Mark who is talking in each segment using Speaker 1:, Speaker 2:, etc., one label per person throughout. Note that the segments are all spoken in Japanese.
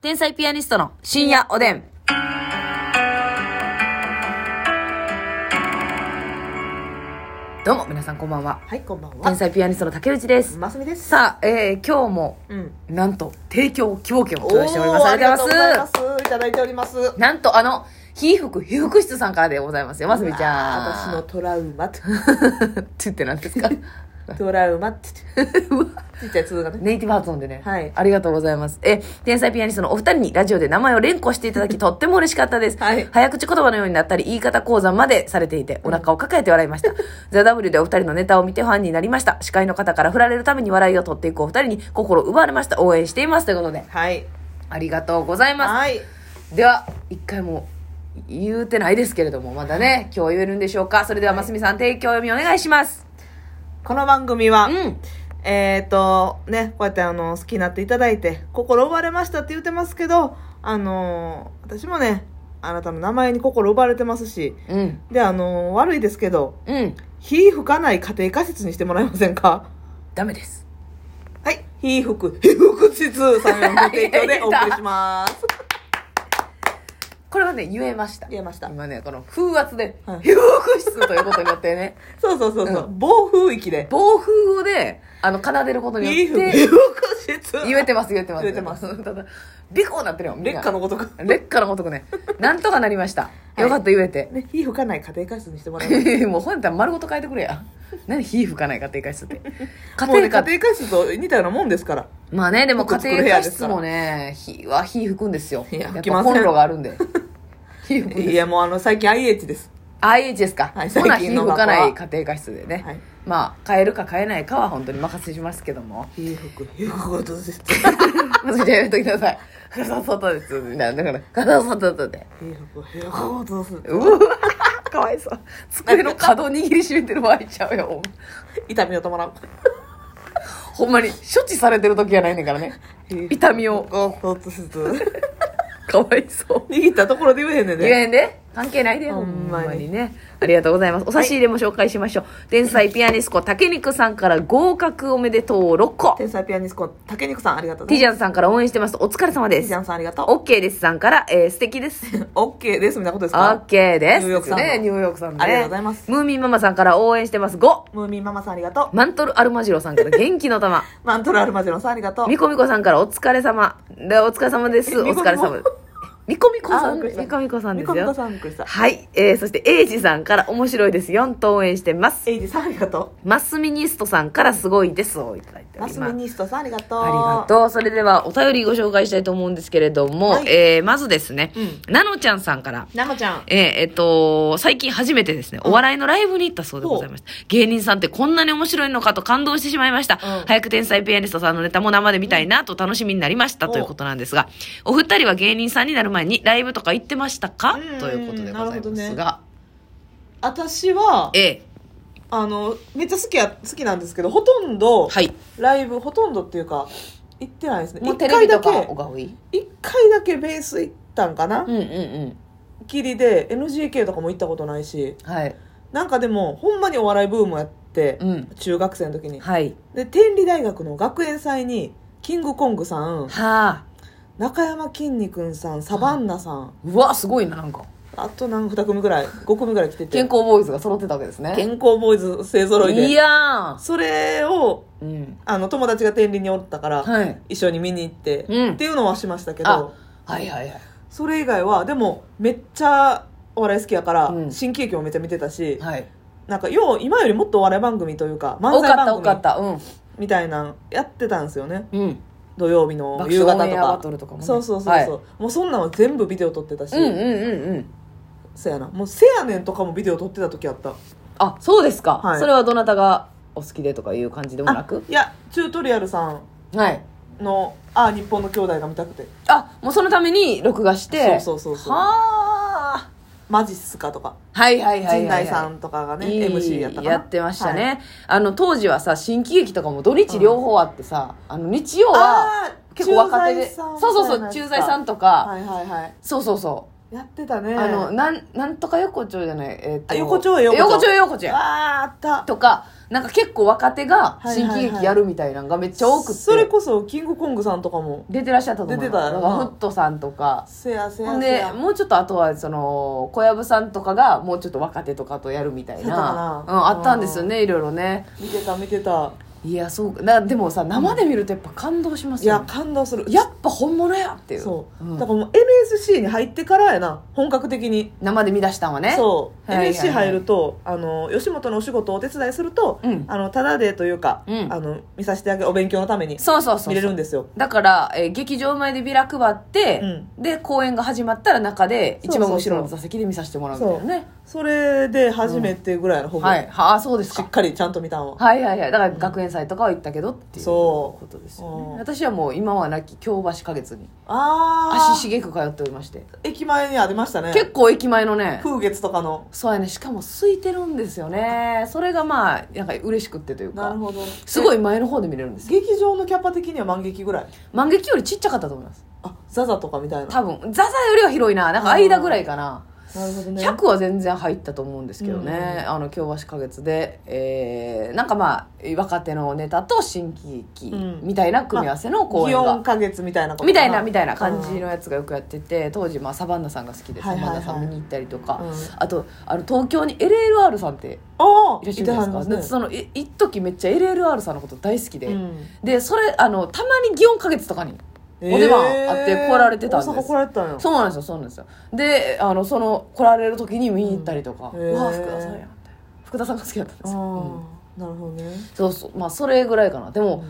Speaker 1: 天才ピアニストの深夜おでん。どうも、皆さんこんばんは。
Speaker 2: はい、こんばんは。
Speaker 1: 天才ピアニストの竹内です。
Speaker 2: ますみです。
Speaker 1: さあ、えー、今日も、
Speaker 2: うん。
Speaker 1: なんと、提供希望券を用意しております。ありがとうございます。
Speaker 2: す。いただいております。
Speaker 1: なんと、あの、皮膚、皮膚室さんからでございますよ、ますみちゃん。
Speaker 2: 私のトラウマと、
Speaker 1: つ ってなんですか
Speaker 2: トラウマって言って、ちっちゃい通がね。
Speaker 1: ネイティブ発音でね。
Speaker 2: はい
Speaker 1: ありがとうございます。え、天才ピアニストのお二人にラジオで名前を連呼していただき、とっても嬉しかったです。
Speaker 2: はい
Speaker 1: 早口言葉のようになったり、言い方講座までされていて、お腹を抱えて笑いま した。ザ・ W でお二人のネタを見てファンになりました。司会の方から振られるために笑いを取っていくお二人に心奪われました。応援しています。ということで、
Speaker 2: はい。
Speaker 1: ありがとうございま
Speaker 2: はい。
Speaker 1: す。では、一回も言うてないですけれども、まだね、今日言えるんでしょうか。それでは、ますみさん、提供読みお願いします。
Speaker 2: この番組は
Speaker 1: う、ん。
Speaker 2: えっと、ね、こうやってあの、好きになっていただいて、心奪われましたって言ってますけど、あのー、私もね、あなたの名前に心奪われてますし、
Speaker 1: うん。
Speaker 2: で、あのー、悪いですけど、
Speaker 1: うん。
Speaker 2: 火吹かない家庭科室にしてもらえませんか
Speaker 1: ダメです。
Speaker 2: はい。被服、被服室さんのご提供でお送りします。
Speaker 1: これはね、言えました。
Speaker 2: 言えました。
Speaker 1: 今ね、この風圧で、
Speaker 2: はい
Speaker 1: 被覆室ということによって ね、
Speaker 2: そうそうそうそう、暴風域で。
Speaker 1: 暴風語で、あの、奏でることに
Speaker 2: 被
Speaker 1: よっ
Speaker 2: 服、
Speaker 1: て
Speaker 2: 被、服室。
Speaker 1: 言えてます、言えてます。
Speaker 2: 言えてます。
Speaker 1: ただ、ビコーなってるよ、みんな
Speaker 2: 劣化。のごとく。
Speaker 1: 劣化のごとく ね。なんとかなりました。
Speaker 2: い
Speaker 1: よかった、言えて。
Speaker 2: ね、火吹かない 家庭科室にしてもらえます。
Speaker 1: もうほんと丸ごと変えてくれ や。何、火吹かない家庭科室って。家
Speaker 2: もうね、
Speaker 1: 庭
Speaker 2: 家
Speaker 1: 科、
Speaker 2: 庭科室と似たようなもんですから。
Speaker 1: まあね、でも家
Speaker 2: 僕作る
Speaker 1: 庭
Speaker 2: 部
Speaker 1: 科
Speaker 2: 屋です
Speaker 1: 室
Speaker 2: から
Speaker 1: もね、火は火吹くんですよ。
Speaker 2: いや
Speaker 1: やっぱ
Speaker 2: 吹きません
Speaker 1: コンロがある んで。火吹くん
Speaker 2: い
Speaker 1: です。
Speaker 2: や、もうあの、最近 IH です。
Speaker 1: IH ですか。
Speaker 2: はい
Speaker 1: ほな、
Speaker 2: 最
Speaker 1: 火
Speaker 2: 近の
Speaker 1: 吹
Speaker 2: 学校
Speaker 1: か
Speaker 2: は
Speaker 1: ない家庭科室でね。
Speaker 2: はい。
Speaker 1: まあ、変えるか変えないかは本当に任せしますけども。
Speaker 2: 被服、被服ごと室。
Speaker 1: まずじゃあやめときなさい。ガササタです。みたいな。だから、ガササタで。
Speaker 2: 被服、被服ごと室。
Speaker 1: うわかわいそう。机の角握りしめてる場合ちゃうよ。
Speaker 2: 痛みを伴う。
Speaker 1: ほんまに、処置されてる時やないねんからね。痛みを。
Speaker 2: ごと室。
Speaker 1: かわいそう。
Speaker 2: 握ったところで言えへんねん
Speaker 1: 言
Speaker 2: ね。
Speaker 1: えへんで。関係ないで。
Speaker 2: ほんまに
Speaker 1: ね。ありがとうございます。お差し入れも紹介しましょう。天才ピアニスコ、竹肉さんから合格おめでとう6個。
Speaker 2: 天才ピアニスコ、竹肉さんありがとう
Speaker 1: ティ
Speaker 2: ね。
Speaker 1: ジャンさんから応援してます。お疲れ様で
Speaker 2: ティジ
Speaker 1: す。
Speaker 2: ャンさんありがとう。
Speaker 1: オッケーですさんから、えー素敵です。
Speaker 2: オッケーですみたいなことです
Speaker 1: オ
Speaker 2: か
Speaker 1: ッケーです。
Speaker 2: ニューヨークさんの
Speaker 1: ね、ニューヨークさんね。
Speaker 2: ありがとうございます
Speaker 1: ムーミンママさんから応援してます。5。
Speaker 2: ムーミンママさんありがとう。
Speaker 1: マントルアルマジロさんから元気の玉。
Speaker 2: マントラアルマジロ さんありがとう。
Speaker 1: ミコミコさんからお疲れ様。で、お疲れ様です。
Speaker 2: え
Speaker 1: お疲れ様です。ミコミコさん、
Speaker 2: あびっくりした
Speaker 1: ミコミコさんで
Speaker 2: ミ
Speaker 1: す
Speaker 2: コミコ
Speaker 1: よ。
Speaker 2: さんびっくりした。
Speaker 1: はい。えー、そして、エイジさんから面白いです。4と応援してます。
Speaker 2: エイジさんありがと
Speaker 1: マスミニストさんからすごいですをいただいてお
Speaker 2: う。マ
Speaker 1: り
Speaker 2: ス
Speaker 1: ま
Speaker 2: ミ
Speaker 1: す。
Speaker 2: ニストさんありがとう。
Speaker 1: ありがとう。それでは、お便りご紹介したいと思うんですけれども、
Speaker 2: はい
Speaker 1: えー、まずですね、
Speaker 2: う
Speaker 1: ナノちゃんさんから、
Speaker 2: う。ナノちゃん。
Speaker 1: えーえっと、最近初めてですね、お笑いのライブに行ったそうでございました。芸人さんってこんなに面白いのかと感動してしまいました。
Speaker 2: うん
Speaker 1: 早く天才ピアニストさんのネタも生で見たいなと楽しみになりました
Speaker 2: お
Speaker 1: ということなんですが、お二人は芸人さんになる前にライブとか行ってましたか
Speaker 2: うん
Speaker 1: ということでございますが、
Speaker 2: 私は、
Speaker 1: ええ
Speaker 2: あの、めっちゃ好きや、好きなんですけど、ほとんど、
Speaker 1: はい。
Speaker 2: ライブ、ほとんどっていうか、行ってないですね。
Speaker 1: もう
Speaker 2: 一
Speaker 1: テレビ
Speaker 2: 回だ
Speaker 1: と
Speaker 2: け、
Speaker 1: かおが多い
Speaker 2: 一回だけベース行ったんかな、
Speaker 1: うんうんうん。
Speaker 2: きりで、NGK とかも行ったことないし、
Speaker 1: はい。
Speaker 2: なんかでも、ほんまにお笑いブームやって、
Speaker 1: うん
Speaker 2: 中学生の時に。
Speaker 1: はい。
Speaker 2: で、天理大学の学園祭に、キングコングさん、
Speaker 1: はあ。
Speaker 2: 中山きんに君さんサバンナさん
Speaker 1: うわ、すごいな、なんか。
Speaker 2: あと何2組ぐらい5組ぐらい来てて
Speaker 1: 健康ボーイズが揃ってたわけですね。
Speaker 2: 健康ボーイズ勢ぞろいで
Speaker 1: いや
Speaker 2: それを
Speaker 1: ー。うん。
Speaker 2: あの友達が天理におったから、
Speaker 1: はい。
Speaker 2: 一緒に見に行って、
Speaker 1: うん
Speaker 2: っていうのはしましたけ
Speaker 1: あ
Speaker 2: ど、
Speaker 1: はいはいはい。
Speaker 2: それ以外はでもめっちゃお笑い好きやから、
Speaker 1: うん
Speaker 2: 新喜劇もめっちゃ見てたし、
Speaker 1: はい。
Speaker 2: なんかよう今よりもっとお笑い番組というか漫
Speaker 1: 多
Speaker 2: 才
Speaker 1: かった多
Speaker 2: 番
Speaker 1: かっ
Speaker 2: 組
Speaker 1: た。うん。
Speaker 2: みたいなんやってたんですよね
Speaker 1: うん。
Speaker 2: 土曜日の
Speaker 1: 爆
Speaker 2: 夕
Speaker 1: 笑
Speaker 2: 方
Speaker 1: オン
Speaker 2: と
Speaker 1: エアバ
Speaker 2: か
Speaker 1: トルとかもね
Speaker 2: そうそうそうそう、
Speaker 1: は
Speaker 2: もうそんなんは全部ビデオ撮ってたし、
Speaker 1: うんうんうんうん。
Speaker 2: そやなもう「せやねん」とかもビデオ撮ってた時あった
Speaker 1: あ、そうですか。
Speaker 2: はい
Speaker 1: それはどなたがお好きでとかいう感じでもなく
Speaker 2: あいやチュートリアルさ
Speaker 1: はい。
Speaker 2: んの「ああ日本の兄弟」が見たくて
Speaker 1: あ、もうそのために録画して。
Speaker 2: そうそうそうそう
Speaker 1: はあ。
Speaker 2: マジっすかとか
Speaker 1: はいはいはいはい、
Speaker 2: 陣
Speaker 1: はい。
Speaker 2: 内さんとかがね
Speaker 1: いい
Speaker 2: MC やったかな
Speaker 1: やってましたね、あの当時はさ新喜劇とかも土日両方あってさ、あの日曜は
Speaker 2: あー
Speaker 1: 結構若手で
Speaker 2: 駐在さん
Speaker 1: そうそうそう駐在さんとか、
Speaker 2: はい、はいはいはい
Speaker 1: そうそうそ
Speaker 2: やってたね
Speaker 1: あのなんなんとか横丁じゃない、えーと
Speaker 2: あ横丁よ
Speaker 1: 横丁横
Speaker 2: あ
Speaker 1: 丁
Speaker 2: ああった
Speaker 1: とかなんか結構若手が
Speaker 2: はいはい
Speaker 1: 新喜劇やるみたいなのがめっちゃ多くて、
Speaker 2: それこそキングコングさんとかも
Speaker 1: 出てらっしゃったと思う
Speaker 2: 出てたよな
Speaker 1: なんかフットさんとか
Speaker 2: せやせ
Speaker 1: ほ
Speaker 2: や
Speaker 1: ん
Speaker 2: せ
Speaker 1: で
Speaker 2: や
Speaker 1: もうちょっとあとはその小籔さんとかがもうちょっと若手とかとやるみたい
Speaker 2: そうだ
Speaker 1: なう
Speaker 2: な
Speaker 1: ん、あったんですよねいろいろね
Speaker 2: 見てた見てた
Speaker 1: いやそうかなでもさ生で見るとやっぱ感動しま
Speaker 2: い
Speaker 1: すよ
Speaker 2: や
Speaker 1: ね、
Speaker 2: 感動する
Speaker 1: やっぱ本物やっていう
Speaker 2: そう、
Speaker 1: ん
Speaker 2: だからもう NSC に入ってからやな本格的に
Speaker 1: 生で見出したんはね
Speaker 2: そう、
Speaker 1: はいはいはい
Speaker 2: NSC 入るとあの吉本のお仕事をお手伝いすると、
Speaker 1: うん
Speaker 2: あのただでというか、
Speaker 1: うん
Speaker 2: あの見させてあげるお勉強のために
Speaker 1: そうそうそう
Speaker 2: 見れるんですよ
Speaker 1: だから、えー劇場前でビラ配って、で公演が始まったら中で
Speaker 2: そうそ
Speaker 1: 一
Speaker 2: う
Speaker 1: 番
Speaker 2: そう
Speaker 1: 後ろの座席で見させてもらうみたいなね
Speaker 2: それで初めてぐらいのほぼ、
Speaker 1: はいはあそうです
Speaker 2: し
Speaker 1: か
Speaker 2: っかりちゃんと見たんは、
Speaker 1: はいはいはいだから学園祭とかは行ったけどっていうこ
Speaker 2: そ
Speaker 1: とですよね
Speaker 2: うん
Speaker 1: 私はもう今はなき京橋花月に
Speaker 2: ああ
Speaker 1: 足しげく通っておりまして
Speaker 2: 駅前にありましたね
Speaker 1: 結構駅前のね
Speaker 2: 風月とかの
Speaker 1: そうやねしかも空いてるんですよねそれがまあなんか嬉しくってという
Speaker 2: なる
Speaker 1: か
Speaker 2: ほど
Speaker 1: すご
Speaker 2: い
Speaker 1: い前の方で見れるんですよ
Speaker 2: 劇場のキャパ的には満劇ぐらい
Speaker 1: 万劇よりちっちゃかったと思います
Speaker 2: あザザとかみたいな
Speaker 1: 多分ザザよりは広いななんか間ぐらいかな
Speaker 2: なるほどね
Speaker 1: 100は全然入ったと思うんですけどね、
Speaker 2: うん
Speaker 1: あの京橋花月で、えーなんかまあ若手のネタと新喜劇
Speaker 2: うん
Speaker 1: みたいな組み合わせの公演が、
Speaker 2: 祇園花月みたいなこと
Speaker 1: みたいなみたいな感じのやつがよくやってて当時まあサバンナさんが好きで
Speaker 2: は
Speaker 1: サ
Speaker 2: いはい
Speaker 1: バン
Speaker 2: はい
Speaker 1: ナさん見に行ったりとか、
Speaker 2: うん
Speaker 1: あとあの東京に LLR さんって
Speaker 2: ああ
Speaker 1: いらっしゃるじゃないですかでそのい一時めっちゃ LLR さんのこと大好きで、
Speaker 2: うん
Speaker 1: でそれあのたまに祇園花月とかにお出番あって来られてたんです
Speaker 2: 大阪来られてたんよ
Speaker 1: そうなんですよそうなんですよであのその来られる時に見に行ったりとか、
Speaker 2: う
Speaker 1: うん
Speaker 2: へー
Speaker 1: わあ福田さんやみたいな福田さんが好きだったんですよ、うん
Speaker 2: ああなるほどね
Speaker 1: そうそうまあそれぐらいかなでも、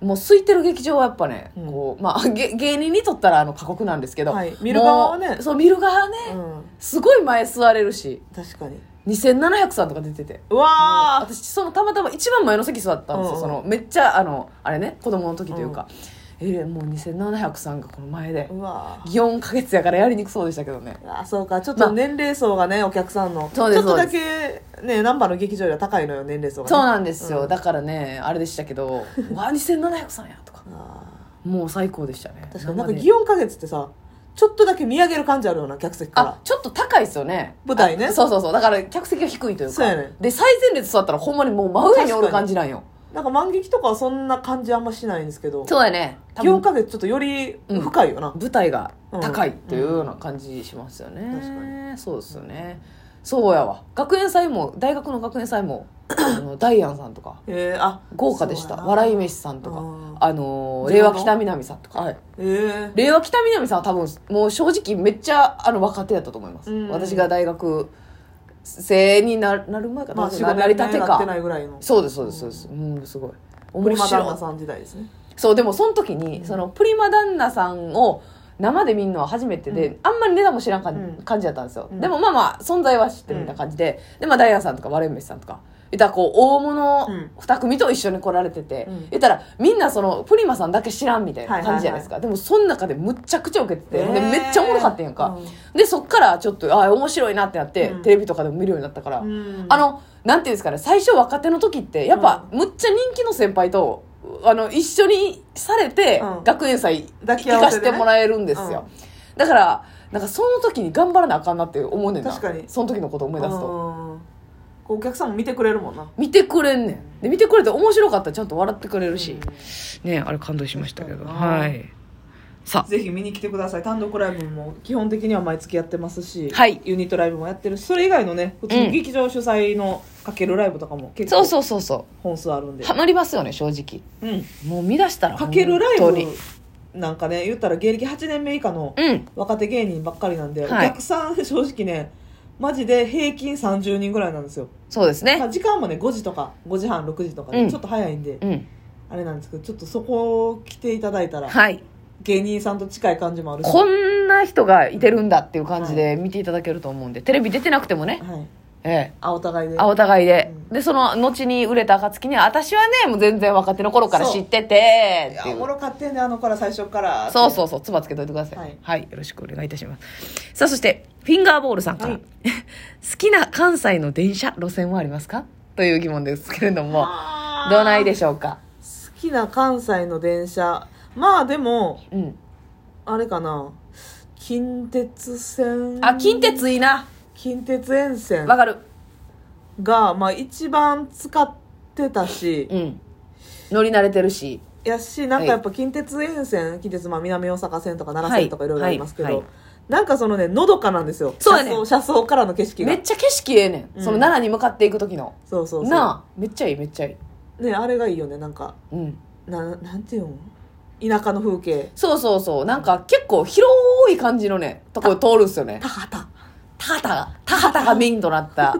Speaker 1: もう空いてる劇場はやっぱね、
Speaker 2: うん
Speaker 1: こうまあ、げ芸人にとったらあの過酷なんですけど、
Speaker 2: はい見る側はね
Speaker 1: もうそう見る側はね、
Speaker 2: うん
Speaker 1: すごい前座れるし
Speaker 2: 確かに
Speaker 1: 2700さんとか出てて
Speaker 2: うわあ
Speaker 1: 私そのたまたま一番前の席座ったんですよ、
Speaker 2: うん
Speaker 1: そのめっちゃあのあれね子供の時というか、えーもう2700さんがこの前で
Speaker 2: うわー
Speaker 1: 祇園か月やからやりにくそうでしたけどね
Speaker 2: あそうかちょっ
Speaker 1: ま
Speaker 2: と
Speaker 1: あ
Speaker 2: 年齢層がねお客さんのち
Speaker 1: そ
Speaker 2: ょ
Speaker 1: う
Speaker 2: っ
Speaker 1: です
Speaker 2: とだけね難波の劇場よりは高いのよ年齢層がね
Speaker 1: そうなんですよ、
Speaker 2: うん
Speaker 1: だからねあれでしたけ ど「うわ2700さんや」とか
Speaker 2: あ
Speaker 1: もう最高でしたね
Speaker 2: ー確かになんか
Speaker 1: 生で
Speaker 2: 祇園花月ってさちょっとだけ見上げる感じあるような客席
Speaker 1: あ
Speaker 2: か
Speaker 1: ちょっと高いですよね
Speaker 2: 舞台ね
Speaker 1: あそうそうそうだから客席が低いというか
Speaker 2: そうやね
Speaker 1: で最前列座ったらほんまにもう真上におる感じなんよ
Speaker 2: らなんか満劇とかはそんな感じあんましないんですけど
Speaker 1: そうやね多
Speaker 2: 祇園
Speaker 1: 分
Speaker 2: 花月ちょっとより深いよな
Speaker 1: 舞台が高いというような感じしますよね、
Speaker 2: ん確か
Speaker 1: そうですよねそうやわ学園祭も大学の学園祭 もあのダイアンさんとか
Speaker 2: えーあ
Speaker 1: 豪華でした
Speaker 2: そうやな
Speaker 1: 笑い飯さんとか、
Speaker 2: うん
Speaker 1: あのー
Speaker 2: 地
Speaker 1: 令
Speaker 2: 元
Speaker 1: 和北南さんとか、はい
Speaker 2: え
Speaker 1: 令和北南さんは多分もう正直めっちゃあの若手やったと思います、
Speaker 2: うん
Speaker 1: 私が大学生にななる前か
Speaker 2: え
Speaker 1: な、
Speaker 2: まあ仕事
Speaker 1: なりたて
Speaker 2: なってな
Speaker 1: か
Speaker 2: いぐらいの
Speaker 1: そうですそうですそうですうんすごい
Speaker 2: プリ
Speaker 1: 面
Speaker 2: マダン
Speaker 1: 白
Speaker 2: ナ
Speaker 1: い
Speaker 2: さん時代ですね
Speaker 1: そうでもその時に、そのプリマダンナさんを生で見るのは初めてで、あんまり値段も知らんか、
Speaker 2: うん
Speaker 1: 感じだったんですよ、
Speaker 2: うん
Speaker 1: でもまあまあ存在は知ってるみたいな感じで、でまあダイアンさんとかワレンメシさんとかいったらこう大物
Speaker 2: うん
Speaker 1: 2組と一緒に来られてて、
Speaker 2: うん
Speaker 1: 言ったらみんなそのプリマさんだけ知らんみたいな感じじゃないですか、でもその中でむっちゃくちゃ受けてて、でめっちゃおもろかったんやんか、でそっからちょっとああ面白いなってなって、
Speaker 2: うん
Speaker 1: テレビとかでも見るようになったから、
Speaker 2: うん
Speaker 1: あのなんていうんですかね最初若手の時ってやっぱ、むっちゃ人気の先輩とあの一緒にされて、
Speaker 2: うん
Speaker 1: 学園祭
Speaker 2: 抱
Speaker 1: 行
Speaker 2: き合わ
Speaker 1: か
Speaker 2: せ
Speaker 1: せ
Speaker 2: でね
Speaker 1: てもらえるんですよ、だからなんかその時に頑張らなあかんなって思うねんな
Speaker 2: 確かに
Speaker 1: その時のこと思い出すと、
Speaker 2: うんこうお客さんも見てくれるもんな
Speaker 1: 見てくれんねんで見てくれて面白かったらちゃんと笑ってくれるし、
Speaker 2: ぜ
Speaker 1: ねあれ感動しましたけど
Speaker 2: 確かに
Speaker 1: はいさあ
Speaker 2: ひ見に来てください単独ライブも基本的には毎月やってますし、
Speaker 1: はい
Speaker 2: ユニットライブもやってるしそれ以外のね普通
Speaker 1: うん
Speaker 2: に劇場主催のかけるライブとかも結
Speaker 1: そう
Speaker 2: 構
Speaker 1: そうそうそ
Speaker 2: 本数あるん
Speaker 1: う
Speaker 2: で
Speaker 1: ハマりますよね正直
Speaker 2: うん
Speaker 1: もう見出したら
Speaker 2: かけるライ
Speaker 1: 本当に
Speaker 2: ブなんかね言ったら芸歴8年目以下の
Speaker 1: うん
Speaker 2: 若手芸人ばっかりなんで、
Speaker 1: はい
Speaker 2: お客さん正直ねマジで平均30人ぐらいなんですよ、
Speaker 1: そうです
Speaker 2: まあ、
Speaker 1: ね
Speaker 2: 時間もね5時とか5時半6時とかで、
Speaker 1: うん
Speaker 2: ちょっと早いんで、
Speaker 1: うん
Speaker 2: あれなんですけどちょっとそこを来ていただいたら
Speaker 1: はい
Speaker 2: 芸人さんと近い感じもあるし
Speaker 1: こんな人がいてるんだっていう感じで見ていただけると思うんで、テレビ出てなくてもね、
Speaker 2: はい、
Speaker 1: ええ、
Speaker 2: あお互いで
Speaker 1: あお互いで、
Speaker 2: うん
Speaker 1: でその後に売れた暁には私はねもう全然若手の頃から知ってて
Speaker 2: い
Speaker 1: っ
Speaker 2: や
Speaker 1: てい
Speaker 2: おも
Speaker 1: う
Speaker 2: ろかってんねあの子ら最初から
Speaker 1: そうそううそうつばつけといてくださいは
Speaker 2: はいい、
Speaker 1: よろしくお願いいたしますさあそしてフィンガーボールさんから、
Speaker 2: はい
Speaker 1: 好きな関西の電車路線はありますかという疑問ですけれども
Speaker 2: あー
Speaker 1: どうないでしょうか
Speaker 2: 好きな関西の電車まあでも
Speaker 1: うん
Speaker 2: あれかな近鉄線
Speaker 1: あ、近鉄いいな。
Speaker 2: 近鉄沿線
Speaker 1: わかる。
Speaker 2: が、まあ、一番使ってたし、
Speaker 1: うん。乗り慣れてるし。
Speaker 2: やしなんかやっぱ近鉄沿線、近鉄、まあ、南大阪線とか奈良線とか
Speaker 1: はい
Speaker 2: いろいろありますけど、
Speaker 1: はいはい
Speaker 2: なんかそのねのどかなんですよ
Speaker 1: そうやね
Speaker 2: 車窓車窓からの景色が
Speaker 1: めっちゃ景色ええねん。
Speaker 2: うん
Speaker 1: その奈良に向かっていく時の。
Speaker 2: そうそうそう
Speaker 1: なあ、めっちゃいい、めっちゃいい。
Speaker 2: ね、あれがいいよねなんか
Speaker 1: うん。
Speaker 2: ななんていうの田舎の風景
Speaker 1: そうそうそう。なんか結構広い感じのね、とこ通るんすよね
Speaker 2: 田。畑
Speaker 1: 田畑が、田畑がメインとな った。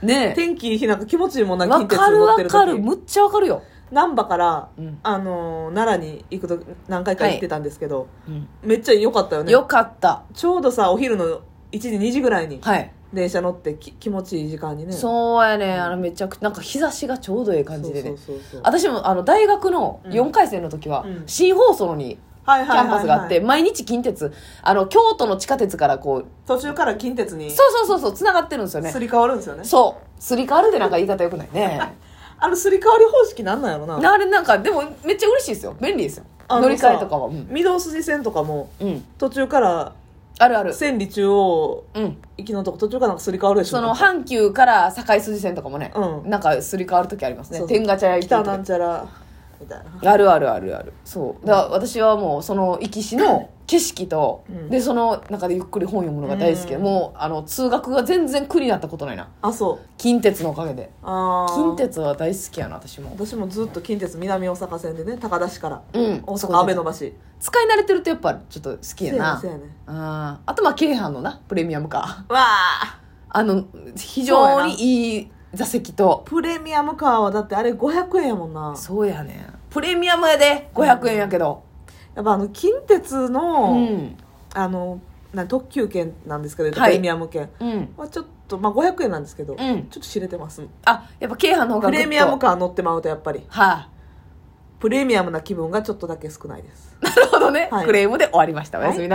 Speaker 1: ねえ。
Speaker 2: 天気いい日なんか気持ちいいもんな
Speaker 1: わ
Speaker 2: 近鉄
Speaker 1: かる
Speaker 2: 乗っ
Speaker 1: わ
Speaker 2: てる
Speaker 1: かる。
Speaker 2: 時
Speaker 1: むっちゃわかるよ。
Speaker 2: 難波から、
Speaker 1: うん
Speaker 2: あのー奈良に行くと何回か行ってたんですけど、
Speaker 1: うん
Speaker 2: めっちゃ良かったよね
Speaker 1: よかった。
Speaker 2: ちょうどさお昼の1時2時ぐらいに
Speaker 1: はい。
Speaker 2: 電車乗ってき気持ちいい時間にね
Speaker 1: そうやねあのめちゃくちゃなんか日差しがちょうどええ感じでね
Speaker 2: そうそうそうそう
Speaker 1: 私もあの大学の
Speaker 2: うん
Speaker 1: 4回生の時は、
Speaker 2: うん
Speaker 1: 新放送に
Speaker 2: はい
Speaker 1: キャンパスがあって、
Speaker 2: はいはいはい
Speaker 1: 毎日近鉄あの京都の地下鉄からこう
Speaker 2: 途中から近鉄に
Speaker 1: そうそうそうそうつながってるんですよね
Speaker 2: すり替わるんですよね
Speaker 1: そうすり替わるでなんか言い方よくないね
Speaker 2: あのすり替わり方式なんなんやろ な
Speaker 1: なあれなんかでもめっちゃ嬉しいですよ便利ですよ
Speaker 2: あの
Speaker 1: 乗り
Speaker 2: さ
Speaker 1: 換えとかはうん、
Speaker 2: 御堂筋線とかも
Speaker 1: うん、
Speaker 2: 途中から
Speaker 1: あるある
Speaker 2: 千里中央
Speaker 1: うん
Speaker 2: 行きのとこ途中からなんかすり替わるでしょ
Speaker 1: その阪急から堺筋線とかもね、
Speaker 2: うん
Speaker 1: なんかすり替わる時ありますね
Speaker 2: そうそう
Speaker 1: 天下茶屋行き
Speaker 2: 北
Speaker 1: と
Speaker 2: なん
Speaker 1: か
Speaker 2: ちゃらみたいな
Speaker 1: あるあるあるあるそうだから私はもうその行きしの景色と、
Speaker 2: うん
Speaker 1: でその中でゆっくり本読むのが大好きで、
Speaker 2: うん
Speaker 1: もうあの通学が全然苦になったことないな
Speaker 2: あそう
Speaker 1: 近鉄のおかげで
Speaker 2: あー
Speaker 1: 近鉄は大好きやな私も
Speaker 2: 私もずっと近鉄南大阪線でね高田市から、
Speaker 1: うん
Speaker 2: 大
Speaker 1: そ
Speaker 2: 阪
Speaker 1: こ
Speaker 2: 安倍の橋せ
Speaker 1: 使い慣れてるとやっぱちょっと好きやな
Speaker 2: せやね
Speaker 1: ああとまあ京阪のなプレミアムか
Speaker 2: わあ
Speaker 1: あの非常にいい座席と
Speaker 2: プレミアムカーはだってあれ500円やもんな
Speaker 1: そうやねんプレミアムやで500円やけど
Speaker 2: やっぱあの近鉄
Speaker 1: う
Speaker 2: の、
Speaker 1: ん
Speaker 2: あのな特急券なんですけど、
Speaker 1: はい
Speaker 2: プレミアム券
Speaker 1: うん
Speaker 2: はちょっと、まあ、500円なんですけど、
Speaker 1: うん
Speaker 2: ちょっと知れてます
Speaker 1: あやっぱ京阪の方が
Speaker 2: プ
Speaker 1: グッと
Speaker 2: レミアムカー乗ってまうとやっぱり
Speaker 1: はい、
Speaker 2: プレミアムな気分がちょっとだけ少ないです
Speaker 1: なるほどね、
Speaker 2: はい
Speaker 1: クレームで終わりました。おやすみなさい。